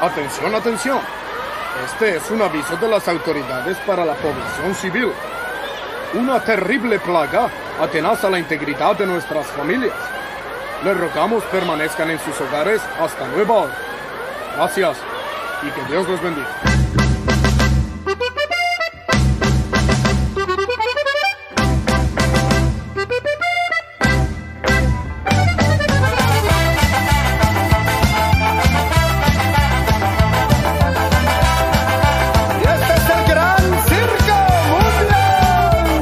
Atención, atención. Este es un aviso de las autoridades para la población civil. Una terrible plaga atenaza la integridad de nuestras familias. Les rogamos permanezcan en sus hogares hasta nueva hora. Gracias y que Dios los bendiga. Y este es el gran circo mundial.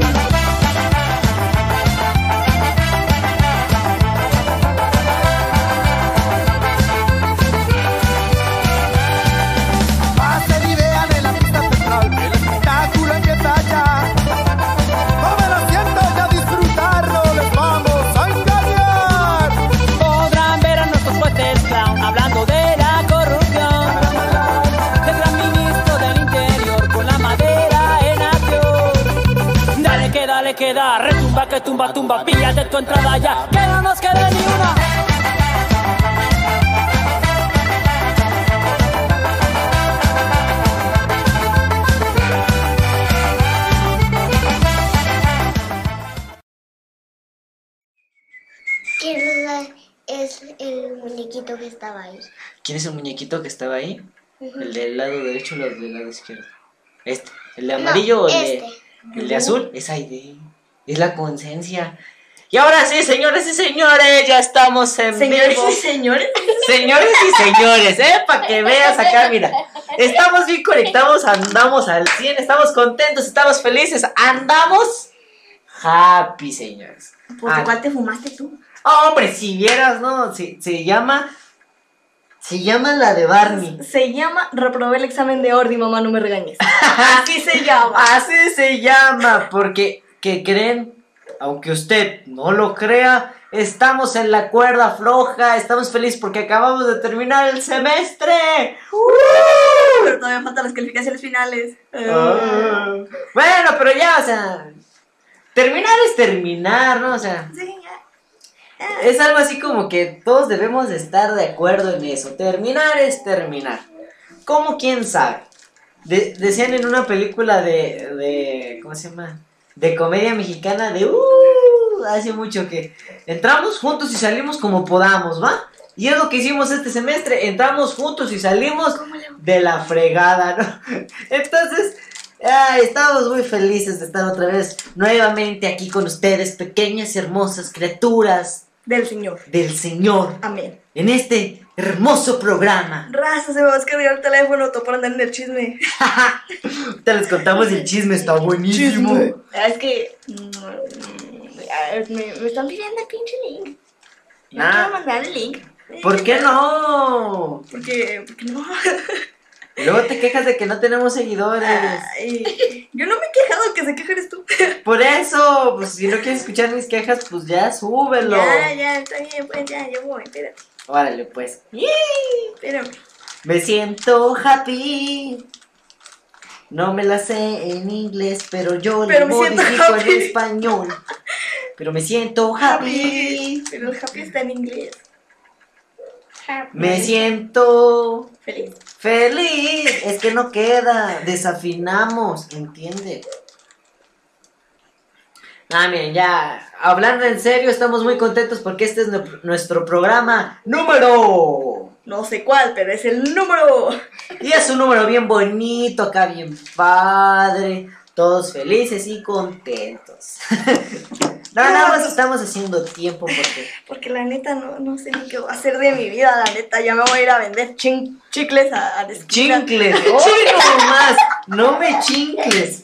Pasen y vean en la pista central el espectáculo empieza ya. Tomen asiento y a disfrutarlo les vamos a engañar. Podrán ver a nuestros jueces clown hablando de la corrupción del gran ministro del interior con la madera en acción. Dale que dale que da, retumba que tumba tumba, píllate tu entrada ya, que no nos quede ni una. ¿Quién es la- es el muñequito que estaba ahí? ¿Quién es el muñequito que estaba ahí? ¿El del lado derecho o el del lado izquierdo? Este. ¿El de No, amarillo o el, de- este. el de azul? Es Aide. Es la conciencia. Y ahora sí, señores y señores, ya estamos en Señores vivo. y señores. Señores y señores, ¿eh? Para que veas acá, mira. Estamos bien conectados, andamos al 100, estamos contentos, estamos felices, andamos happy, señores. ¿Por Ah. cuál te fumaste tú? Hombre, si vieras, ¿no? Se, se llama. Se llama la de Barney. Se llama reprobé el examen de Ordi, mamá, no me regañes. Así se llama. Así se llama, porque, ¿qué creen? Aunque usted no lo crea, estamos en la cuerda floja, estamos felices porque acabamos de terminar el semestre. Uh, Pero todavía faltan las calificaciones finales. Ah. Bueno, pero ya, o sea, terminar es terminar, ¿no? O sea, Sí, es algo así como que todos debemos de estar de acuerdo en eso. Terminar es terminar. ¿Cómo quién sabe? De- decían en una película de, de- ¿Cómo se llama? De comedia mexicana de. Uh, hace mucho que. Entramos juntos y salimos como podamos, ¿va? Y es lo que hicimos este semestre. Entramos juntos y salimos de la fregada, ¿no? Entonces. ay, estamos muy felices de estar otra vez nuevamente aquí con ustedes, pequeñas y hermosas criaturas Del señor. del Señor, Amén. en este hermoso programa. Raza, se me va a descargar el teléfono, todo por andar en el chisme. Te les contamos el chisme, está buenísimo. Es que. mm, a ver, Me, me están pidiendo el pinche link. No Nah. quiero mandar el link. Ah. ¿Por qué no? Porque, porque no. Luego te quejas de que no tenemos seguidores. Ay, yo no me he quejado, que se queja eres tú. Por eso, pues si no quieres escuchar mis quejas, pues ya súbelo. Ya, ya, está bien, pues ya, yo voy, espérame, Órale, pues. espérame. Me siento happy. No me la sé en inglés, pero yo Pero lo me siento modifico happy. en español. Pero me siento happy. Pero el happy está en inglés. Me siento Feliz. Feliz, es que no queda, desafinamos, ¿entiende? Ah, miren, ya, hablando en serio, estamos muy contentos porque este es nu- nuestro programa número. No sé cuál, pero es el número. Y es un número bien bonito, acá bien padre, todos felices y contentos. no, nada más estamos haciendo tiempo porque Porque la neta no, no sé ni qué voy a hacer de mi vida, la neta. Ya me voy a ir a vender chin- chicles a, a la esquina. Chincles, hoy no más, no me chincles.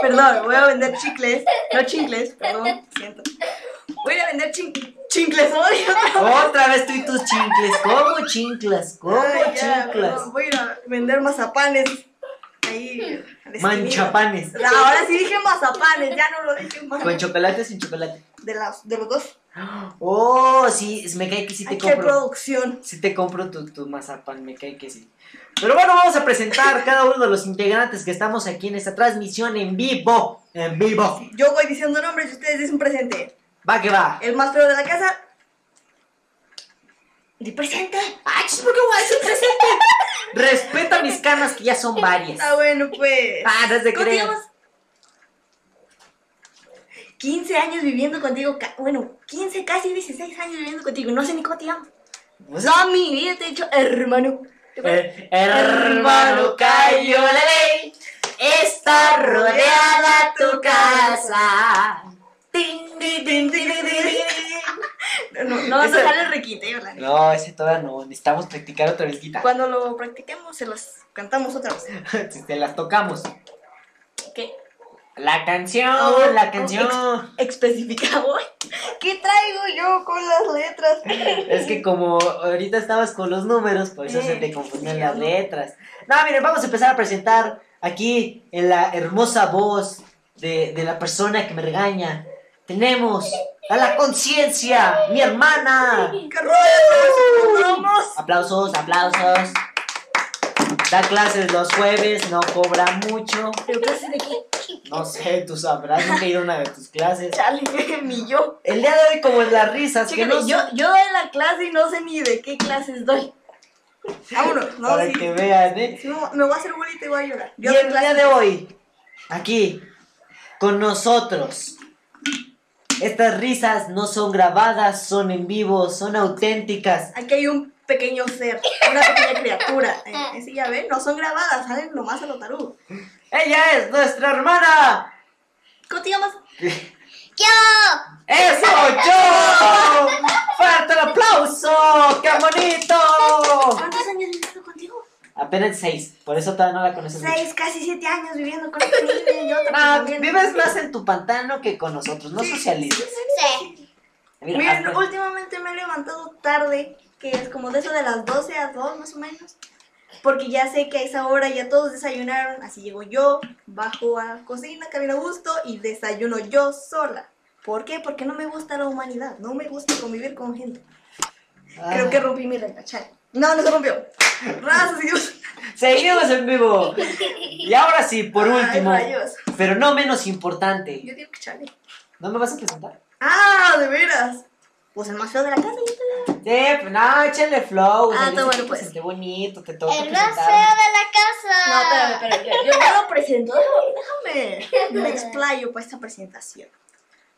Perdón, voy a vender chicles. No chicles, perdón, lo siento. Voy a ir a vender chin chicles hoy. Otra vez tú y tus chincles, ¿cómo chinclas? ¿Cómo Ay, ya, chinclas? perdón, voy a ir a vender mazapanes. Ahí. a la esquina. Manchapanes. Ahora sí dije mazapanes, ya no lo dije más. ¿Con chocolate o sin chocolate? De, las, de los dos. Oh, sí, me cae que sí te Ay, qué compro. producción. Sí te compro tu, tu mazapán, me cae que sí. Pero bueno, vamos a presentar cada uno de los integrantes que estamos aquí en esta transmisión en vivo. En vivo. Yo voy diciendo nombres y ustedes dicen presente. Va que va. El más feo de la casa. Di presente. ¡Ay, chis, ¿por qué voy a decir presente? Respeta mis canas que ya son varias. Ah, bueno, pues. Ah, no se ¿Cuánto crean. llevas? 15 años viviendo contigo, ca- bueno, 15, casi 16 años viviendo contigo, no sé ni cómo te llamo. Pues, Toda mi vida te he dicho hermano. ¿Te acuerdas? eh, hermano, cayó la ley. Está rodeada tu casa. Tin, tin, tin, tin, tin, tin. No, no vas a Ese- dejar el requinteo, la neta. No, ese todavía no. Necesitamos practicar otra vez guitarra. Cuando lo practiquemos, se los cantamos otra vez. Te las tocamos. ¿Qué? La canción, Oh, la oh, canción. Especificamos. ¿Qué traigo yo con las letras? Es que como ahorita estabas con los números, por eso Eh, se te confundían las letras. No, miren, vamos a empezar a presentar aquí en la hermosa voz de, de la persona que me regaña. Tenemos a la conciencia, mi hermana. ¡Qué rollo! ¡Vamos! Aplausos, aplausos. Da clases los jueves, no cobra mucho. ¿Pero clases de qué? No sé, tú sabrás, nunca he ido a una de tus clases. Chale, ni yo. El día de hoy, como en las risas, que Chécale, no yo, yo doy la clase y no sé ni de qué clases doy. Vámonos, no, para sí. que vean, ¿eh? Sí, me- me voy a hacer bolita y voy a llorar. Y Yo doy el día clases de hoy, aquí, con nosotros. Estas risas no son grabadas, son en vivo, son auténticas. Aquí hay un pequeño ser, una pequeña criatura. Eh, sí, ya ven, no son grabadas, salen nomás a lo tarugo. ¡Ella es nuestra hermana! ¿Cómo te llamas? ¡Yo! ¡Eso yo! ¡Fuerte el aplauso! ¡Qué bonito! ¿Cuántos años viviendo contigo? Apenas seis, por eso todavía no la conoces mucho. Seis, casi siete años viviendo con esta niña y yo Ah, también. vives más en tu pantano que con nosotros, no socializas. Sí. Mira, Miren, hasta- últimamente me he levantado tarde, que es como de eso de las 12 a 2 más o menos, porque ya sé que a esa hora ya todos desayunaron, así llego yo, bajo a cocina, camino a gusto y desayuno yo sola. ¿Por qué? Porque no me gusta la humanidad, no me gusta convivir con gente. Creo Ah. que rompí mi regla, chale. No, no se rompió. Gracias Dios. Seguimos en vivo. Y ahora sí, por Ay, último, rayos. pero no menos importante. Yo digo que chale. ¿No me vas a presentar? Ah, de veras. Pues el más feo de la casa. ya Sí, pues no, échale flow. Ah, Dale, está sí, bueno, te pues. presenté bonito, te toca El más feo de presentar. la casa. No, espérame, espérame. Yo, yo ya lo presento. Déjame. déjame. Me explayo para esta presentación.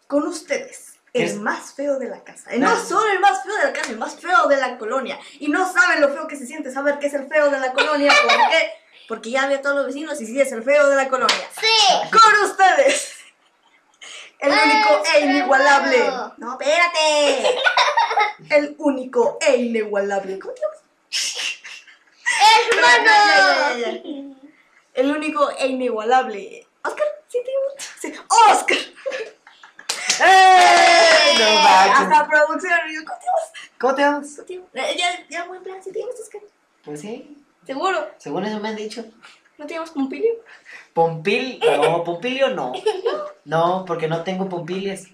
Con ustedes, el Es- más feo de la casa. Eh, No. No. solo el más feo de la casa, el más feo de la colonia. Y no saben lo feo que se siente saber que es el feo de la colonia. ¿Por qué? Porque ya ve a todos los vecinos y sí es el feo de la colonia. Sí. Con ustedes. El único e Nuestro inigualable. hermano. No, espérate. El único e inigualable. ¿Cómo te llamas? Ya, ya, ¡Hermano! ya, ya. El único e inigualable. Oscar, sí te llamo? Sí. Oscar. ¡Ey! ¡Eh! No manches. Hasta producción. Yo, ¿Cómo te llamas? ¿Cómo te llamas? ¿Cómo te llamas? Eh, Ya, ya, buen plan. ¿Sí te llamas, Oscar? Pues sí, Seguro. según eso me han dicho. ¿No te llamas Pompilio? Pompil, no, Pompilio no. No, porque no tengo Pompilias.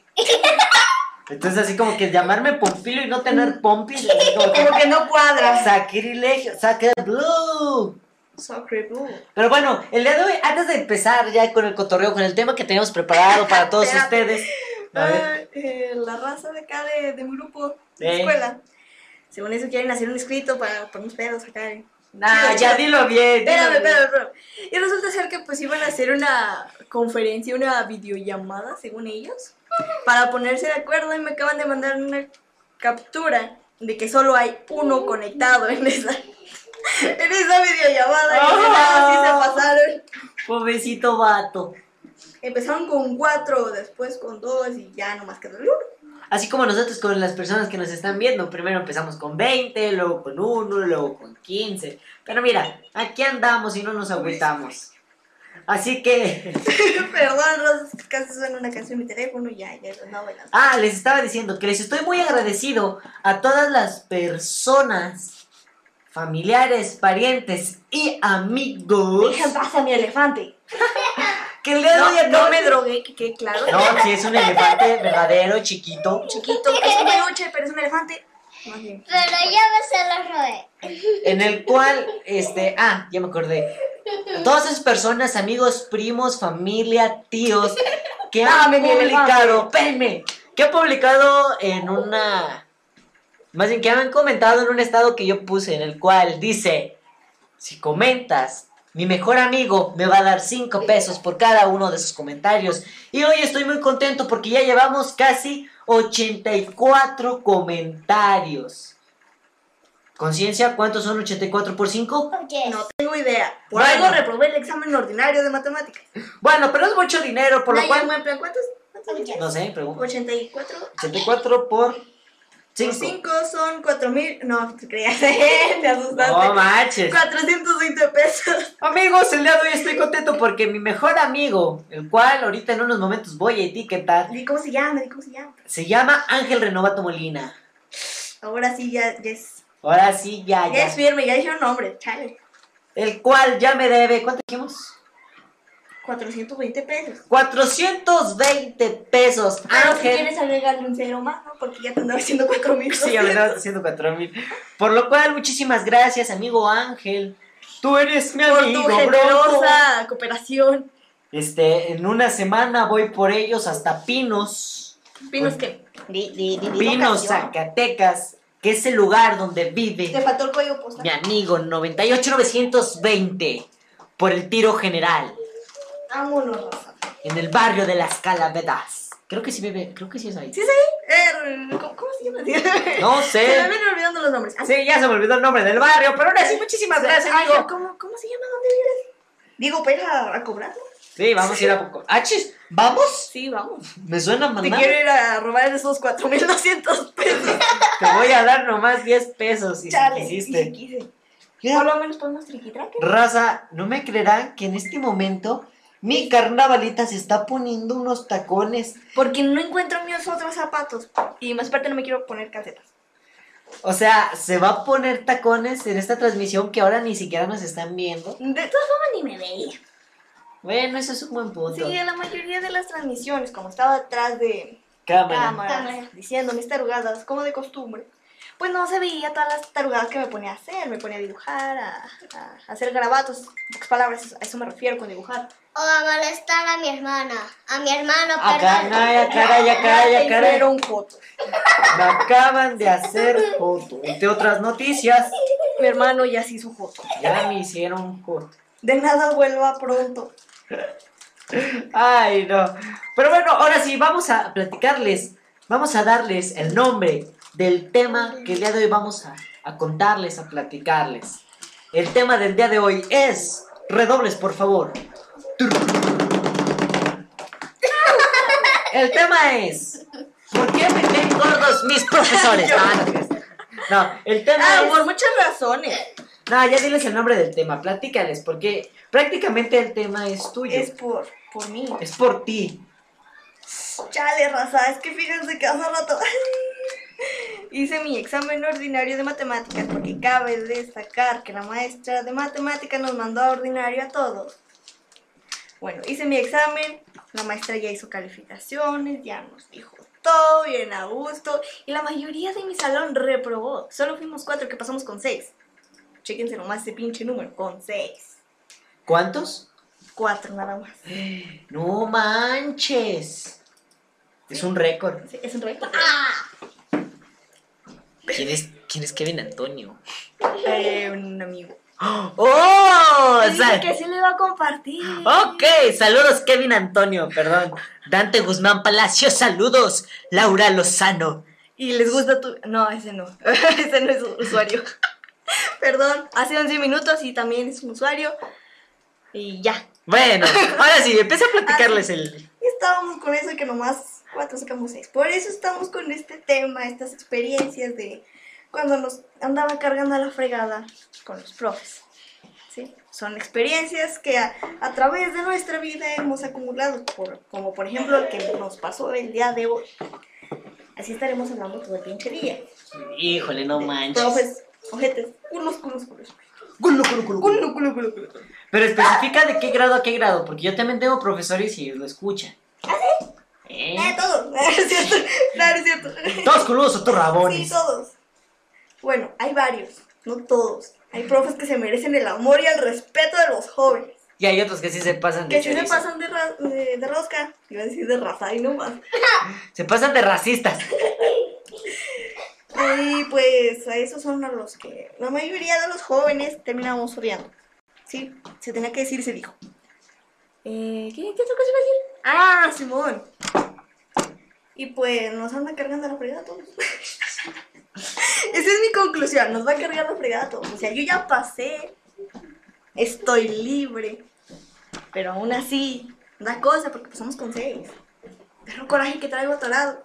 Entonces, así como que llamarme Pompilio y no tener Pompis, así como que. Como que no cuadra. Sacrilegio, sacre blue. Sacre blue. Pero bueno, el día de hoy, antes de empezar ya con el cotorreo, con el tema que tenemos preparado para todos Espérate. ustedes. A ver, Ah, eh, la raza de acá de, de mi grupo de Eh. escuela. Según eso quieren hacer un escrito para, para unos pedos acá. eh. nah, chido, ya chido. dilo bien. dilo Espérame, bien. espérame, espérame. Y resulta ser que pues iban a hacer una conferencia, una videollamada, según ellos, para ponerse de acuerdo y me acaban de mandar una captura de que solo hay uno conectado en esa, en esa videollamada. Y dije, "No, sí se pasaron. Pobrecito vato. Empezaron con cuatro, después con dos y ya nomás quedó el uno. Así como nosotros con las personas que nos están viendo, primero empezamos con 20, luego con 1, luego con 15. Pero mira, aquí andamos y no nos agüitamos. Así que, Perdón, Rosa, casi suena una canción en mi teléfono y ya, ya andaba bailando. ah, les estaba diciendo que les estoy muy agradecido a todas las personas, familiares, parientes y amigos Deja en paz a mi elefante. que le doy No, a no me drogué, que, que claro. No, si es un elefante verdadero, chiquito. chiquito, que es un peluche, pero es un elefante. Más bien. Pero ya me se lo robé. en el cual, este, ah, ya me acordé. Todas esas personas, amigos, primos, familia, tíos, que "Ah, han Dame mi publicado, espérenme, que han publicado en una, más bien que han comentado en un estado que yo puse, en el cual dice, Si comentas, mi mejor amigo me va a dar 5 pesos por cada uno de sus comentarios. Y hoy estoy muy contento porque ya llevamos casi 84 comentarios. Conciencia, ¿cuántos son 84 por 5? Oye, No tengo idea. Por Bueno. algo reprobé el examen ordinario de matemáticas. Bueno, pero es mucho dinero, por lo Nadie cual... me emplea- ¿Cuántos? ¿Cuántos? oye. No sé, pregunto. 84. 84 por 5. 5 son 4000. No, te creías, eh, te asustaste. No manches. 420 pesos. Amigos, el día de hoy estoy contento porque mi mejor amigo, el cual ahorita en unos momentos voy a etiquetar, Di cómo se llama, di cómo se llama. se llama Ángel Renovato Molina. Ahora sí, ya, ya es, Ahora sí, ya, ya es ya. firme, ya dijeron nombre, chale. El cual ya me debe, ¿cuánto dijimos? 420 pesos. 420 pesos. Pero si Ángel. quieres agregarle un cero más, ¿no? Porque ya te andaba haciendo 4000. Sí, ya me andaba haciendo 4000. Por lo cual, muchísimas gracias, amigo Ángel. Tú eres mi Por amigo, tu bro. generosa cooperación. Este, en una semana voy por ellos hasta Pinos. ¿Pinos qué? Di, di, di, di Pinos, locación. Zacatecas, que es el lugar donde Te vive faltó el pues, código postal. mi amigo 98920 por el tiro general Vámonos, Rosa. en el barrio de las Calaveras. Creo que sí vive, creo que sí es ahí. ¿Sí es ahí? Eh, ¿cómo, cómo se llama? No sé. Se me vienen olvidando los nombres. Ah, Sí, ya se me olvidó el nombre del barrio, pero ahora sí, muchísimas gracias, Ángel, amigo. ¿cómo, ¿Cómo se llama? ¿Dónde vives? Digo, ¿para ir a, a cobrarlo? Sí, vamos a ir a poco. ¿Achis? ¿Vamos? Sí, vamos. Me suena mal. Te quiero ir a robar esos 4.200 pesos. Te voy a dar nomás 10 pesos. Y si Chale. quisiste. y si quise. Mira, Por lo menos podemos triquitraque. Raza, no me creerán que en este momento mi carnavalita se está poniendo unos tacones. Porque no encuentro mis otros zapatos. Y más aparte no me quiero poner calcetas. O sea, se va a poner tacones en esta transmisión que ahora ni siquiera nos están viendo. De todas formas ni me veía. Bueno, eso es un buen punto. Sí, en la mayoría de las transmisiones, como estaba atrás de Cámara. cámara, Cámara. diciendo mis tarugadas, como de costumbre, pues no se veía todas las tarugadas que me ponía a hacer. Me ponía a dibujar, a, a hacer garabatos, en pocas palabras, eso- a eso me refiero con dibujar. O a molestar a mi hermana. A mi hermano, Ah, perdón. caray, ah, caray, ah, caray, ah, Te caray. hicieron fotos. Me acaban de hacer foto. Entre otras noticias, Mi hermano ya se hizo foto. ya me hicieron foto. De nada vuelva pronto. Ay, no. Pero bueno, ahora sí, vamos a platicarles, vamos a darles el nombre del tema que el día de hoy vamos a, a contarles, a platicarles. El tema del día de hoy es, redobles por favor. El tema es, ¿por qué me caen gordos mis profesores? No, no, no, el tema Ah, es... por muchas razones. No, ya diles el nombre del tema, platícales, porque prácticamente el tema es tuyo. Es por, por mí. es por ti. Chale, raza, es que fíjense que hace rato hice mi examen ordinario de matemáticas porque cabe destacar que la maestra de matemáticas nos mandó a ordinario a todos. Bueno, hice mi examen, la maestra ya hizo calificaciones, ya nos dijo todo bien a gusto y la mayoría de mi salón reprobó. Solo fuimos cuatro que pasamos con seis. Chéquense nomás ese pinche número, con seis. ¿Cuántos? Cuatro nada más. No manches. Es un récord. Sí, Es un reto. ¿Quién es, quién es Kevin Antonio? Eh, un amigo. ¡Oh! Le dije Sal- que sí le iba a compartir. ok, saludos Kevin Antonio, perdón. Dante Guzmán Palacio, saludos. Laura Lozano. Y les gusta tu... No, ese no. ese no es un usuario. Perdón, hace 11 minutos y también es un usuario. Y ya. Ah, Bueno, ahora sí, empieza a platicarles el... Estábamos con eso que nomás cuatro sacamos seis. Por eso estamos con este tema, estas experiencias de cuando nos andaba cargando a la fregada con los profes. ¿sí? Son experiencias que a, a través de nuestra vida hemos acumulado, por- como por ejemplo el que nos pasó el día de hoy. Así estaremos hablando todo el pinche día. Híjole, no pues. manches. Profes, ojetes, culos, culos, culos. Culo, culo, culo, culo. Culo, culo, culo, culo. Pero especifica de qué grado a qué grado, porque yo también tengo profesores y lo escuchan. ¿Ah, ¿Eh? Eh, todos. No es cierto. No es cierto. Todos culos o todos Sí, rabones. todos. Bueno, hay varios, no todos. Hay profes que se merecen el amor y el respeto de los jóvenes. Y hay otros que sí se pasan de Que si se chorizo. pasan de, ra- de, de rosca, iba a decir de raza y no más. Se pasan de racistas. De Y pues a esos son a los que la mayoría de los jóvenes terminamos odiando. Sí, se tenía que decir, se dijo. Eh, ¿qué, ¿Qué otra cosa iba a decir? Ah, Simón. Y pues nos anda cargando la fregada a todos. Esa es mi conclusión, nos va a cargar la fregada a todos. O sea, yo ya pasé, estoy libre, pero aún así da cosa porque pasamos con seis. Pero coraje que traigo atorado.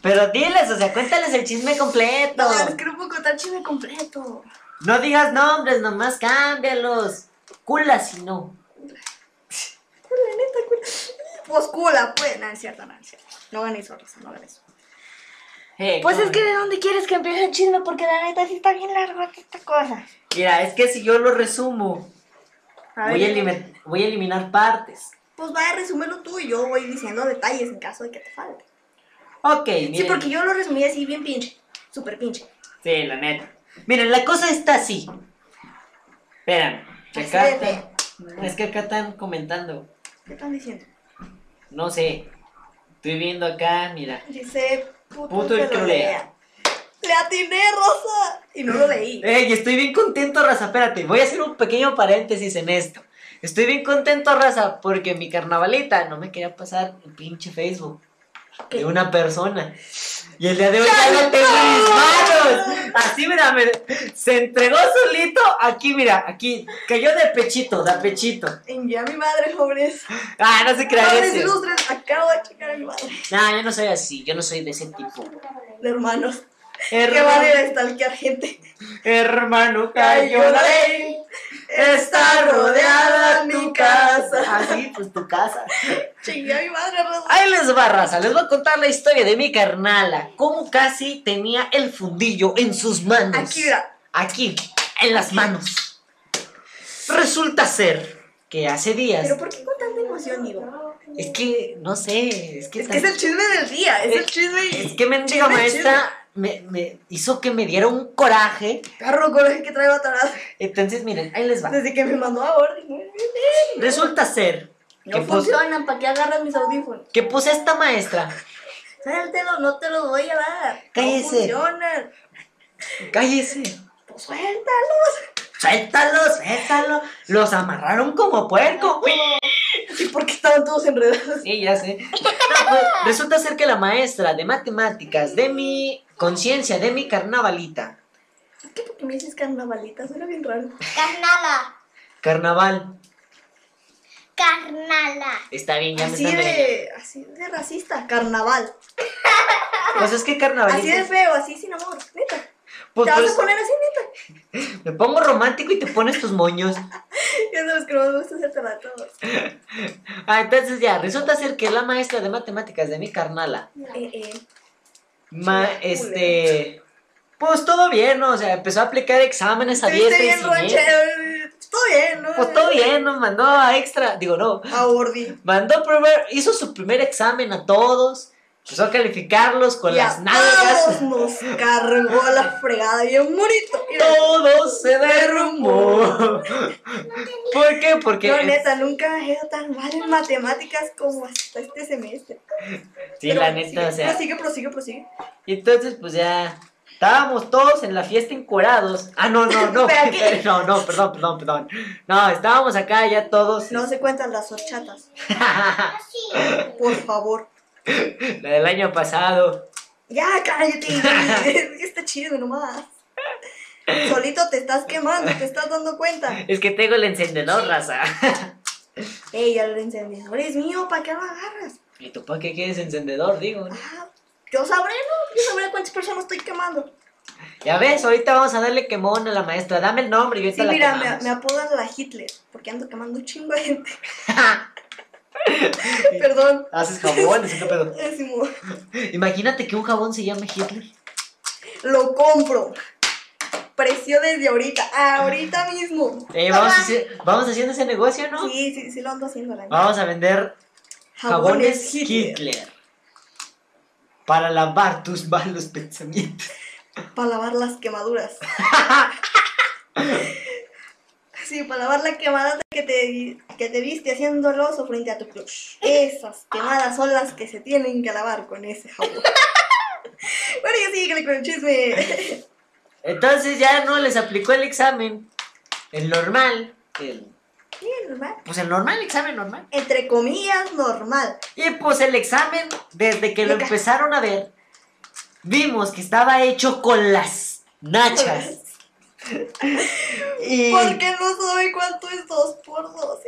Pero diles, o sea, cuéntales el chisme completo. No, es que no puedo contar chisme completo. No digas nombres, nomás cámbialos. Cula si no. La neta, cula. Pues cula, pues. No, es cierto, no, es cierto. No hagan eso, Rosa, no hagan eso. Eh, Pues ¿cómo es que de dónde quieres que empiece el chisme, porque la neta sí está bien largo esta cosa. Mira, es que si yo lo resumo, A voy a, ver, elimi- voy a eliminar partes. Pues vaya, resúmelo tú y yo voy diciendo detalles en caso de que te falte. Ok, Sí, miren. porque yo lo resumí así bien pinche. Súper pinche. Sí, la neta. Miren, la cosa está así. Espérame. que Así acá de está- es que acá están comentando. ¿Qué están diciendo? No sé. Estoy viendo acá, mira. Dice puto, Puto el que que lo lo lea. Eh. Le atiné, Rosa. Y no lo leí. Ey, estoy bien contento, Raza. Espérate, voy a hacer un pequeño paréntesis en esto. Estoy bien contento, Raza, porque mi carnavalita no me quería pasar el pinche Facebook de una persona. Y el día de hoy ya lo tengo en mis manos. Así, mira, me- se entregó solito. Aquí, mira, aquí. Cayó de pechito, de pechito. En ya mi madre, pobres. Ah, no se crean Pobres eso. ilustres, acabo de checar a mi madre. No, yo no soy así, yo no soy de ese tipo. De hermanos. Qué manera Hermano, de stalkear gente. hermano, cayó la ley. Está rodeada tu casa. Así, pues tu casa. Chingué a mi madre, Rosa. Ahí les va, raza. Les voy a contar la historia de mi carnala. Cómo casi tenía el fundillo en sus manos. Aquí, mira. Aquí, en las manos. Resulta ser que hace días. Pero ¿por qué con tanta emoción, digo? Es que, no sé. Es que, Es que es el chisme del día. Es el chisme. es que mendiga chisme, maestra me, me hizo que me diera un coraje. chisme. Carro coraje que traigo atorado. Entonces, miren, ahí les va. Desde que me mandó a orden. Resulta ser No que, pus- funcionan, ¿para qué agarras mis audífonos? que puse a esta maestra. Suéltelo, no te los voy a dar. No Cállese. funcionan. Cállese. Pues suéltalos. Suéltalo, suéltalo. Los amarraron como puerco. ¿Y por qué estaban todos enredados? Sí, ya sé. No, pues, resulta ser que la maestra de matemáticas de mi conciencia, de mi carnavalita, ¿Por qué? Porque me dices carnavalita, suena bien raro. Carnala. carnaval, Carnala. está bien, ya me Así están regañando. de, así de racista, carnaval. Pues es que Así de carnavalita. feo, así sin amor, neta. Pues, Te vas a pues, poner así, neta. me pongo romántico y te pones tus moños. Ya sabes que no me gusta hacerte la todos. Ah, entonces ya, resulta ser que la maestra de matemáticas de mi carnala Eh, eh. Ma, Chula, este. Pues todo bien, ¿no? O sea, empezó a aplicar exámenes a Estuviste diestra y bien siniestra. ronche. Pues todo bien, ¿no? Pues todo bien, nos mandó a extra. Digo, no. A Ordi. Mandó primer, hizo su primer examen a todos. Empezó a calificarlos con Y a las nalgas. todos nos cargó a la fregada bien bonito. Mira, Todo se derrumbó. ¿Por qué? Porque. Yo neta, nunca he ido tan mal en matemáticas como hasta este semestre. sí, Pero la bueno, neta, o sigue, sea. Prosigue, prosigue, prosigue. Entonces, pues ya. Estábamos todos en la fiesta encuerados. Ah, no, no, no. Espera, ¿qué? no, no, perdón, perdón, perdón. No, estábamos acá ya todos. No se cuentan las horchatas. Ah, Por favor. La del año pasado. Ya, cállate. Está chido nomás. Solito te estás quemando, te estás dando cuenta. Es que tengo el encendedor, raza. Ey, el encendedor es mío, ¿para qué lo agarras? ¿Y tú para qué quieres encendedor? Digo. ¿no? Ah, yo sabré, ¿no? Yo sabré cuántas personas estoy quemando. Ya ves, ahorita vamos a darle quemón a la maestra. Dame el nombre y ahorita Sí, la mira, me, quemamos. me apodan la Hitler, porque ando quemando un chingo de gente. Perdón. Ah, Haces jabón, ese pedo. Eh, Simón. Imagínate que un jabón se llame Hitler. Lo compro. Precio desde ahorita. Ahorita mismo. Eh, vamos, a hacer- vamos haciendo ese negocio, ¿no? Sí, sí, sí lo ando haciendo la neta. Vamos a vender jabones Hitler. Para lavar tus malos pensamientos. Para lavar las quemaduras. sí, para lavar la quemada que te, que te diste haciendo el oso frente a tu crush. Esas quemadas son las que se tienen que lavar con ese jabón. bueno, yo síguele con el chisme. Entonces ya no les aplicó el examen, el normal, el, Sí, normal. pues el normal, examen normal. Entre comillas, normal. Y pues el examen, desde que lo Nunca. empezaron a ver, vimos que estaba hecho con las nachas. y Porque no sabe cuánto es 2 por 2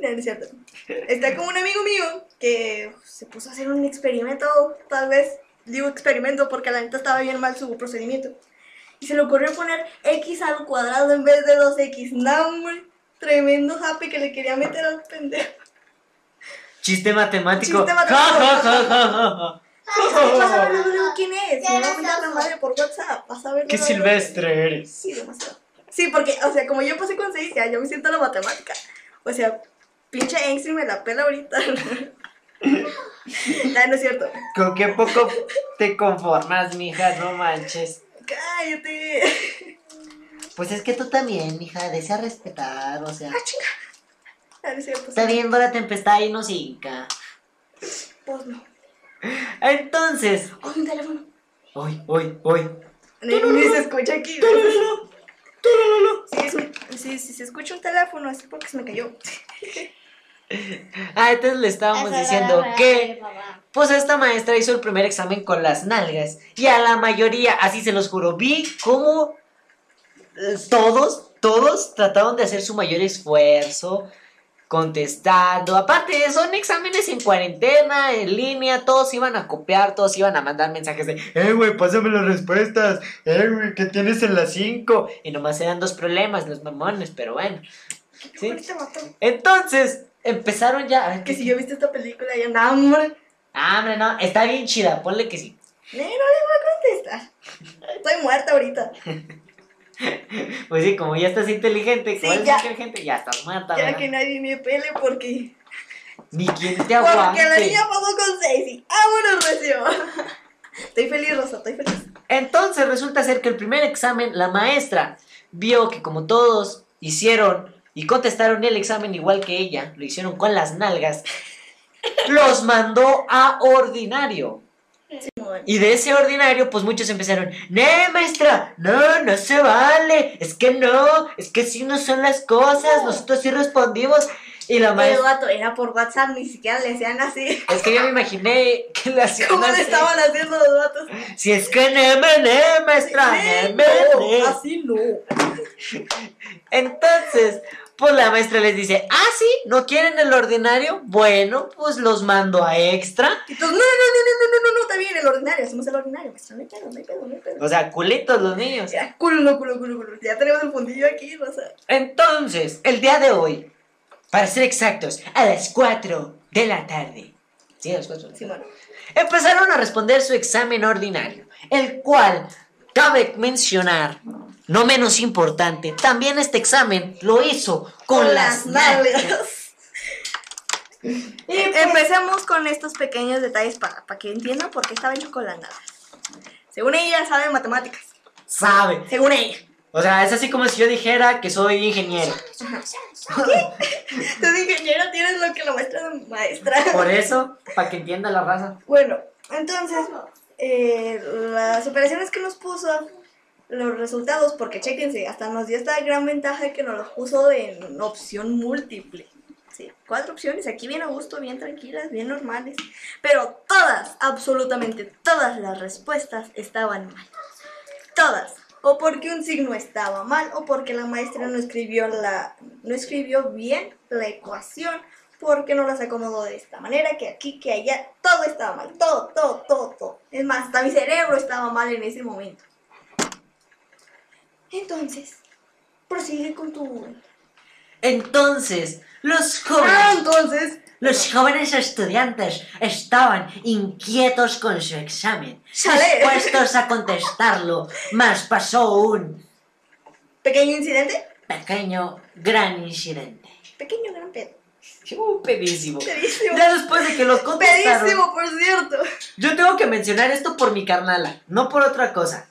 No, no es cierto. Está con un amigo mío que se puso a hacer un experimento, tal vez. Digo experimento porque la neta estaba bien mal su procedimiento. Y se le ocurrió poner x al cuadrado en vez de 2x. No, hombre, tremendo happy que le quería meter al pendejo. chiste matemático. Chiste matemático. Ja, ja, ja, ja, ja. Ay, Oh. Vas a ver luego quién es. Ya Me va a eres mandar la loco. madre por WhatsApp. Vas a ver Qué luego, luego. silvestre eres. Sí, demasiado. Sí, porque, o sea, como yo pasé con 6 ya, yo me siento la matemática. O sea, pinche Einstein me la pela ahorita. Ah, no, no es cierto. Con qué poco te conformas, mija, no manches. Cállate. Pues es que tú también, mija, desea respetar, o sea. Ah, No, no es cierto. Está viendo la tempestad y nos hinca. Pues no. Entonces, Oh, un teléfono. hoy, hoy, hoy. Ni, ni se escucha aquí. Sí, es un- sí, sí, se escucha un teléfono, así porque se me cayó. Ah, entonces le estábamos Eso era diciendo verdad, que, papá. pues esta maestra hizo el primer examen con las nalgas. Y a la mayoría, así se los juro, vi cómo eh, todos, todos trataron de hacer su mayor esfuerzo contestando. Aparte, son exámenes en cuarentena, en línea, todos iban a copiar, todos iban a mandar mensajes de, eh, güey, pásame las respuestas, eh, güey, ¿qué tienes en las 5? Y nomás eran dos problemas, los mamones, pero bueno. ¿Sí? Ahorita mató. Entonces, empezaron ya. a ver, este Que si yo viste esta película, ya, no, hombre. Ah, hombre, no, está bien chida, ponle que sí. No, no le voy a contestar. Estoy muerta ahorita. Pues sí, como ya estás inteligente, como Sí, eres ya. inteligente, ya estás muerta, Ya ¿verdad? que nadie me pele porque Ni quien te Porque la aguante. niña pasó con Stacy. ¡Vámonos, Recio! Estoy feliz, Rosa, estoy feliz. Entonces, resulta ser que el primer examen, la maestra vio que como todos hicieron y contestaron el examen igual que ella, lo hicieron con las nalgas, los mandó a ordinario. Y de ese ordinario, pues muchos empezaron, no, maestra, no, no se vale, es que no, es que sí no son las cosas, nosotros sí respondimos. Y la Pero maestra, gato, era por WhatsApp, ni siquiera le hacían así. es que yo me imaginé que la hacían ¿Cómo le así. estaban haciendo los gatos? Si es que no, no, maestra, no, no, no". así no. Entonces, pues la maestra les dice, ah, sí, ¿no quieren el ordinario? Bueno, pues los mando a extra. Entonces, no, no, no, no, no, no, no, no, está bien, el ordinario, hacemos el ordinario, maestra, no hay pedo, no hay pedo, no hay pedo. O sea, culitos los niños. Ya, culo, no, culo, culo, culo. Ya tenemos el fundillo aquí, Rosa. Entonces, el día de hoy, para ser exactos, a las 4 de la tarde. Sí, a las 4 de la tarde. Simón. empezaron a responder su examen ordinario, el cual cabe mencionar, no menos importante, también este examen lo hizo con, las nalgas. pues, Empecemos con estos pequeños detalles para, para que entiendan por qué estaba hecho con las nalgas. Según ella, sabe matemáticas. Sabe. Según ella. O sea, es así como si yo dijera que soy ingeniero. Tú de ingeniero tienes lo que la maestra de maestra. Por eso, para que entienda la raza. Bueno, entonces, eh, las operaciones que nos puso, los resultados, porque chéquense, hasta nos dio esta gran ventaja que nos los puso en opción múltiple. Sí, cuatro opciones, aquí bien a gusto, bien tranquilas, bien normales. Pero todas, absolutamente todas las respuestas estaban mal. Todas. O porque un signo estaba mal, o porque la maestra no escribió, la, no escribió bien la ecuación, porque no las acomodó de esta manera, que aquí, que allá, todo estaba mal, todo, todo, todo, todo. Es más, hasta mi cerebro estaba mal en ese momento. Entonces, prosigue con tu... Entonces, los Ah, jóvenes, entonces... los jóvenes estudiantes estaban inquietos con su examen, Chale. dispuestos a contestarlo, mas pasó un Pequeño incidente, pequeño, gran incidente. pequeño gran pedo. Uh, pedísimo. Pedísimo. Ya después de que los contestaron, Pedísimo, por cierto. yo tengo que mencionar esto por mi carnala, no por otra cosa.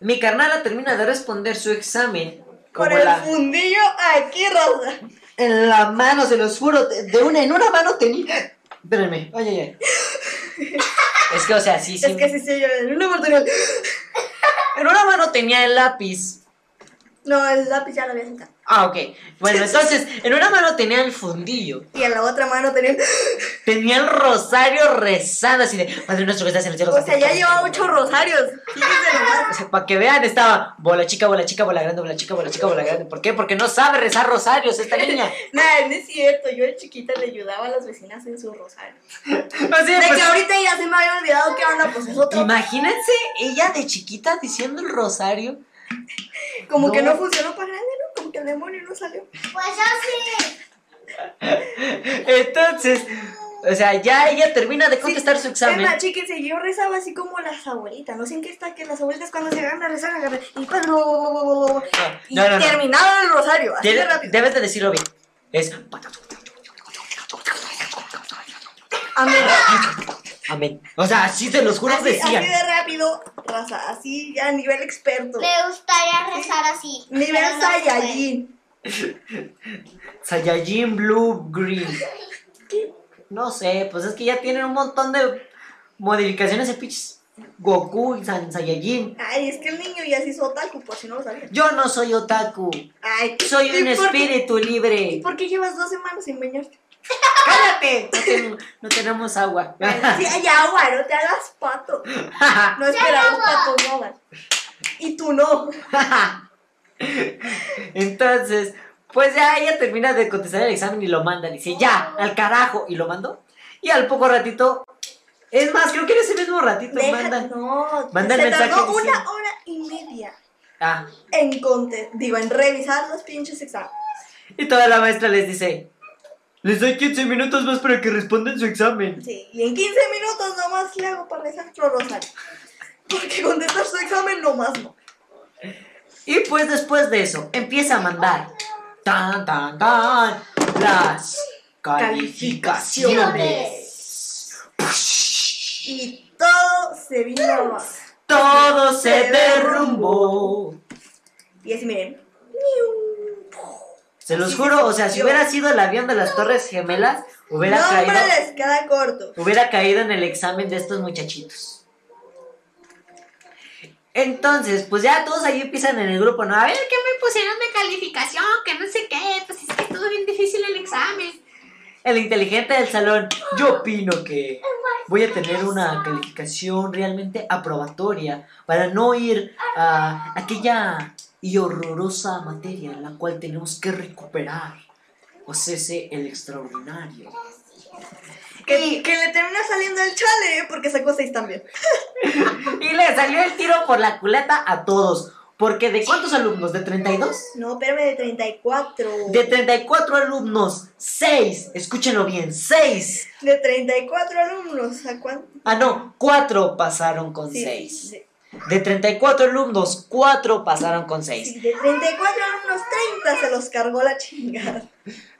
Mi carnala termina de responder su examen Con como el la, fundillo aquí, Rosa. en la mano, se los juro, de de una en una mano tenía. Espérenme, oye, oye. Es que, o sea, sí, sí. Es que sí se llora. Una oportunidad. En una mano tenía el lápiz. No, el lápiz ya lo había sentado. Ah, ok. Bueno, entonces, en una mano tenía el fundillo. Y en la otra mano tenía. Tenía el rosario rezando así de Padre nuestro que estás en el cielo. O sea, ya llevaba ocho rosarios. Fíjense nomás. Para que vean, estaba bola chica, bola chica, bola grande, bola chica, bola chica, bola grande. ¿Por qué? Porque no sabe rezar rosarios esta niña. Nah, no es cierto. Yo de chiquita le ayudaba a las vecinas en su rosario. Así de, De pues, que ahorita ya se me había olvidado que ahora pues es otro. Imagínense ella de chiquita diciendo el rosario. Como que No. no funcionó para nadie, ¿no? Como que el demonio no salió. Pues yo sí. Entonces, o sea, ya ella termina de contestar su Es examen. la chica y yo rezaba así como las abuelitas. No sé en qué está, que las abuelitas cuando se agarran a rezar, agarran. Y, pues, y Ah, no, no, no. terminaban el rosario. Así de Tiene- rápido. Debes de decirlo bien. Es Amén. amén. O sea, así te los juro Así, decía. así de rápido, raza. Así ya a nivel experto. Me gustaría rezar así. pero Nivel no Saiyajin. Saiyajin Blue Green. No sé, pues es que ya tienen un montón de modificaciones de pitches. Goku y San Saiyajin. Ay, es que el niño ya se hizo otaku, por si no lo sabía. Yo no soy otaku. Ay, Soy ¿y un por qué- espíritu libre. ¿Por qué llevas dos semanas sin bañarte? ¡Cállate! No, ten- no tenemos agua. Sí, hay agua, no te hagas pato. No esperamos pato nada. Y tú no. Pues Entonces, pues ya ella termina de contestar el examen y lo manda. Dice, ya, al carajo. Y lo mandó. Y al poco ratito. Es más, creo que en ese mismo ratito Deja- mandan. no, manda el se mensaje tardó una diciendo- hora y media Ah, en conte- digo, en revisar los pinches exámenes. Y toda la maestra les dice: Les doy 15 minutos más para que respondan su examen. Sí, y en 15 minutos nomás le hago para rezar Flor Rosario. Porque contestar su examen nomás no. Y pues después de eso, empieza a mandar. Tan, tan, tan. Las calificaciones. Y todo se vino abajo. Todo se derrumbó. Y así miren. Se los juro, o sea, si hubiera sido el avión de las Torres Gemelas, hubiera caído, Nombres, queda corto. hubiera caído en el examen de estos muchachitos. Entonces, pues ya todos ahí empiezan en el grupo, ¿no? A ver, ¿qué me pusieron de calificación? Que no sé qué, pues es que estuvo bien difícil el examen. El inteligente del salón, yo opino que voy a tener una calificación realmente aprobatoria para no ir a aquella y horrorosa materia en la cual tenemos que recuperar. O sea, ese el extraordinario. Que, que le termina saliendo el chale, ¿eh? porque sacó 6 también. Y le salió el tiro por la culata a todos. Porque de cuántos alumnos? ¿De 32? No, espérame, de 34. De 34 alumnos, 6. Escúchenlo bien, 6. De 34 alumnos, ¿a cuánto? Ah, no, 4 pasaron con 6. De 34 alumnos, 4 pasaron con 6. Sí, de 34 alumnos, 30 se los cargó la chingada.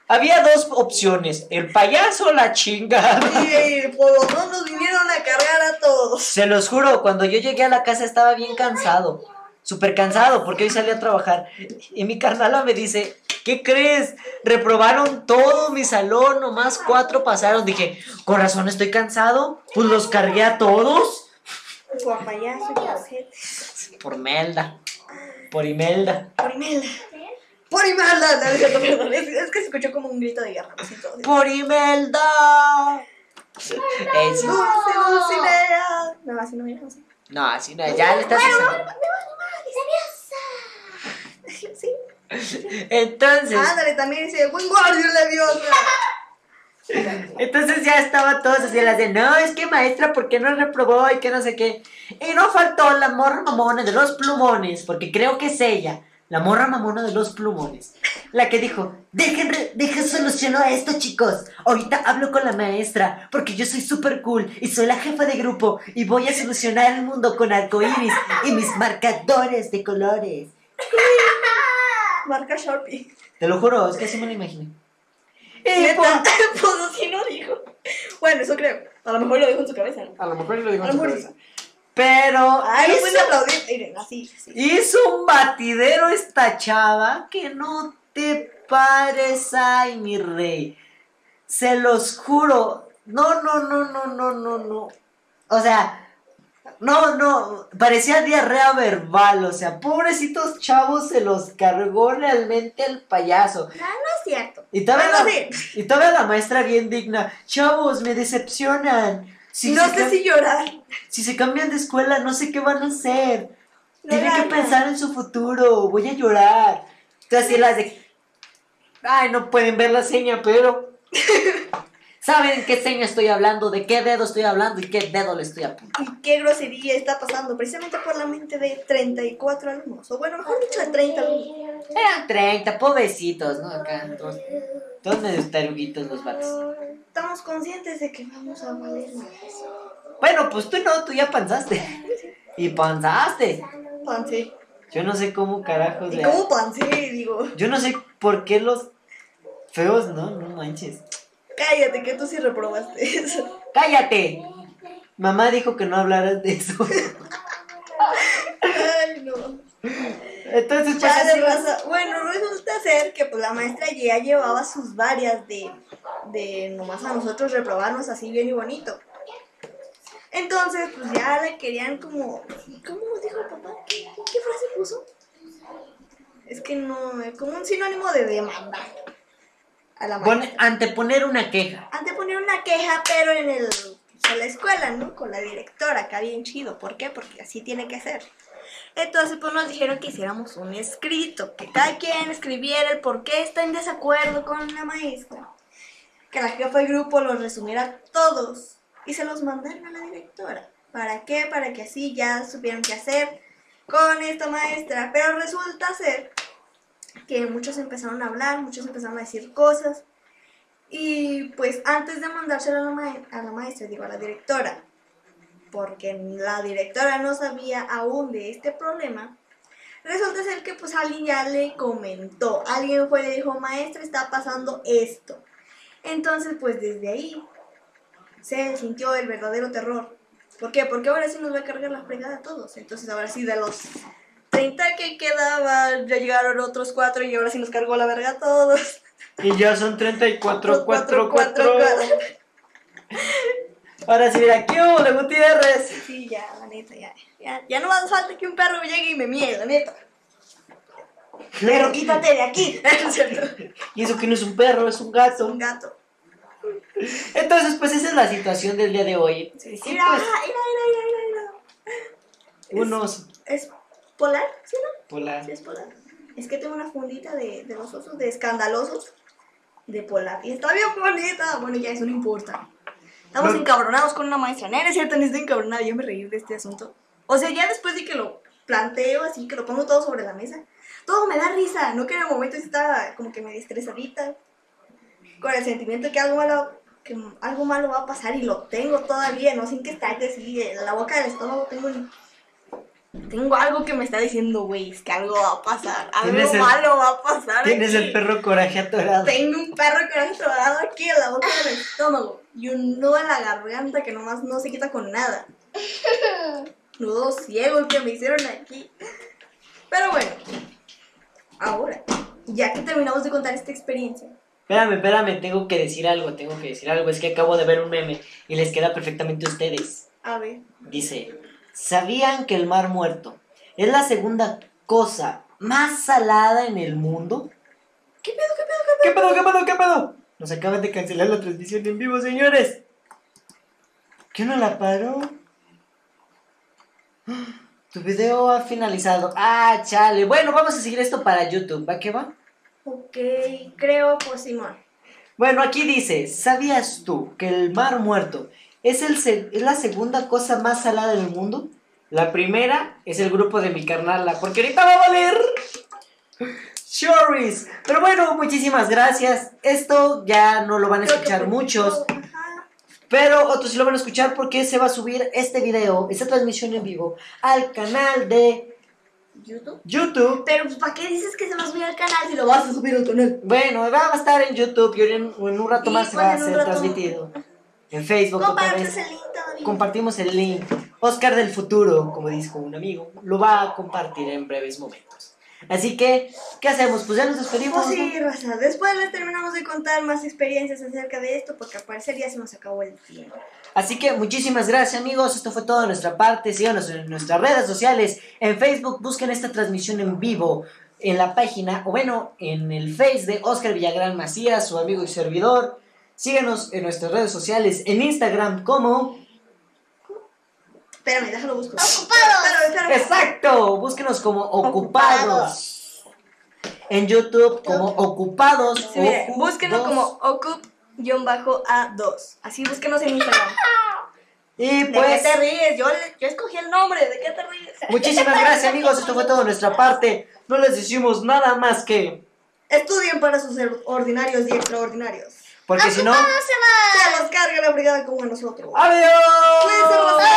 Había dos opciones, el payaso o la chingada. Y eh, por los dos nos vinieron a cargar a todos. Se los juro, cuando yo llegué a la casa estaba bien cansado. Súper cansado porque hoy salí a trabajar. Y mi carnala me dice, ¿qué crees? Reprobaron todo mi salón, nomás cuatro pasaron. Dije, con razón estoy cansado. Pues los cargué a todos. Guapayazo, guapete. Por Melda. Por Imelda. Por Imelda. Por Imelda. No, no, es cierto, perdón. Es, es que se escuchó como un grito de guerra. Lo siento. Por Imelda. Eh, sí. Dulce, Dulcinea. No, así no mira. así. No, así no, ya le estás usando. Sí. Entonces, Ándale, también dice, buen guardia la diosa. Entonces ya estaba todos así las de, no, es que maestra, ¿por qué no reprobó? Y que no sé qué. Y no faltó la morra mamona de los plumones, porque creo que es ella, la morra mamona de los plumones, la que dijo, dejen, re- dejen soluciono a esto, chicos. Ahorita hablo con la maestra, porque yo soy súper cool y soy la jefa de grupo y voy a solucionar el mundo con arcoíris y mis marcadores de colores. Marca Sharpie. Te lo juro, es que así me lo imaginé. Y Neta, pues, pues así no dijo. Bueno, eso creo. A lo mejor lo dijo en su cabeza. ¿no? A lo mejor lo digo A en lo su mejor cabeza. sí. pero... Ay, no hizo- pueden aplaudir. Miren, así, así. Hizo un batidero esta chava que no te pares, ay, mi rey. Se los juro. No, no, no, no, no, no, no. O sea, no, no, parecía diarrea verbal, o sea, pobrecitos chavos se los cargó realmente el payaso. Ah, No, no es cierto. Y todavía, Bueno, la, y todavía la maestra bien digna, chavos, me decepcionan. Si, no se sé cam- si llorar. si se cambian de escuela, no sé qué van a hacer. No Tienen que ganan. pensar en su futuro, voy a llorar. Entonces las de... Ay, no pueden ver la seña, pero... ¿Saben qué seña estoy hablando? ¿De qué dedo estoy hablando? ¿Y qué dedo le estoy apuntando? Y qué grosería está pasando precisamente por la mente de 34 alumnos. O bueno, mejor dicho, de 30 alumnos. Eran 30, pobrecitos, ¿no? Acá, todos, todos medio taruguitos los vatos. Estamos conscientes de que vamos a valer más. Bueno, pues tú no, tú ya panzaste. Y panzaste. Pansé. Yo no sé cómo carajos ¿Y le cómo pansé? Digo, Yo no sé por qué los feos, ¿no? No manches. cállate, que tú sí reprobaste eso. ¡Cállate! Mamá dijo que no hablaras de eso. Ay, no. Entonces, pues, Ya así de va. raza. Bueno, resulta ser que pues la maestra ya llevaba sus varias de, de nomás a nosotros reprobarnos así bien y bonito. Entonces, pues ya le querían como. ¿Cómo dijo el papá? ¿Qué, qué frase puso? Es que no, es como un sinónimo de demanda. A la Pone- maestra. anteponer una queja. Antes poner una queja, pero en el pues, en la escuela, ¿no? Con la directora, acá bien chido. ¿Por qué? Porque así tiene que ser. Entonces, pues nos dijeron que hiciéramos un escrito, que cada quien escribiera el por qué está en desacuerdo con la maestra. Que la jefa del grupo los resumiera todos y se los mandaron a la directora. ¿Para qué? Para que así ya supieran qué hacer con esta maestra. Pero resulta ser que muchos empezaron a hablar, muchos empezaron a decir cosas. Y pues antes de mandárselo a la, ma- a la maestra, digo a la directora, porque la directora no sabía aún de este problema, resulta ser que pues alguien ya le comentó, alguien fue y le dijo, maestra, está pasando esto. Entonces pues desde ahí se sintió el verdadero terror. ¿Por qué? Porque ahora sí nos va a cargar la fregada a todos. Entonces ahora sí de los 30 que quedaban, ya llegaron otros cuatro y ahora sí nos cargó la verga a todos. Y ya son 34, Cuatro, 4, cuatro, 4. cuatro. Ahora sí, mira, ¿qué hubo de Gutiérrez? Sí, ya, la neta, ya. Ya, ya no hace falta que un perro llegue y me mire, la neta. Pero quítate de aquí. En serio. Y eso que no es un perro, es un gato. Un gato. Entonces, pues esa es la situación del día de hoy. Sí, Y, mira, pues, mira, mira, mira, mira. unos ¿Es polar? ¿Sí, no? polar. Sí, es polar. Es que tengo una fundita de, de los osos, de escandalosos, de polar. Y está bien bonita. Bueno, ya, eso no importa. Estamos No. encabronados con una maestra. No, no es cierto, no estoy encabronada. Yo me reí de este asunto. O sea, ya después de que lo planteo así, que lo pongo todo sobre la mesa, todo me da risa. No que en el momento sí estaba como que me estresadita. Con el sentimiento que algo malo, que algo malo va a pasar y lo tengo todavía. No sin que está así en la boca del estómago. Tengo un- Tengo algo que me está diciendo, güey, es que algo va a pasar. Algo Tienes el- malo va a pasar. Tienes aquí. el perro coraje atorado. Tengo un perro que me ha entrado aquí en la boca del estómago y un nudo en la garganta que nomás no se quita con nada. Nudo ciego el que me hicieron aquí. Pero bueno, ahora, ya que terminamos de contar esta experiencia, Espérame, espérame, tengo que decir algo, tengo que decir algo. Es que acabo de ver un meme y les queda perfectamente a ustedes. a ver, Dice, ¿sabían que el mar muerto es la segunda cosa más salada en el mundo? ¿qué pedo, qué pedo, ¿Qué pedo, qué pedo, qué pedo? Nos acaban de cancelar la transmisión en vivo, señores. ¿Quién no la paró? Tu video ha finalizado. Ah, chale. Bueno, vamos a seguir esto para YouTube. ¿Va qué va? qué pedo? Ok, creo por Simón. Bueno, aquí dice, ¿sabías tú que el mar muerto es, el se- es la segunda cosa más salada del mundo? La primera es el grupo de mi carnala, porque ahorita va a valer. Shorries. Pero bueno, muchísimas gracias. Esto ya no lo van a Creo que escuchar por- muchos, Ajá. pero otros sí lo van a escuchar porque se va a subir este video, esta transmisión en vivo, al canal de ¿YouTube? YouTube. Pero, pues, ¿para qué dices que se va a subir al canal si lo vas a subir al canal? Bueno, va a estar en YouTube y en, en un rato Y, más se pues, va a en un ser rato- transmitido. En Facebook otra Comparte vez. ese link todavía. Compartimos el link. Oscar del futuro, como dijo un amigo, lo va a compartir en breves momentos. Así que, ¿qué hacemos? Pues ya nos despedimos. Pues sí, raza. Después les terminamos de contar más experiencias acerca de esto, porque al parecer ya se nos acabó el tiempo. Así que muchísimas gracias amigos, esto fue todo de nuestra parte, síganos en nuestras redes sociales, en Facebook busquen esta transmisión en vivo en la página, o bueno, en el Face de Oscar Villagrán Macías, su amigo y servidor. Síganos en nuestras redes sociales, en Instagram como... Espérame, déjalo busco. Ocupados. Espérame, espérame. Exacto, búsquenos como ocupados. En YouTube como ocupados. Sí, miren, Ocu- búsquenos dos. como ocup-a2. Así búsquenos en Instagram. Y ¿De pues... qué te ríes? Yo, le- yo escogí el nombre. ¿De qué te ríes? Muchísimas gracias amigos, esto fue todo de nuestra parte. No les decimos nada más que... Estudien para sus ordinarios y extraordinarios. ah, Porque si no... Ah, Se los carga la brigada como a nosotros. ¡Adiós! Cuídense, raza. ah.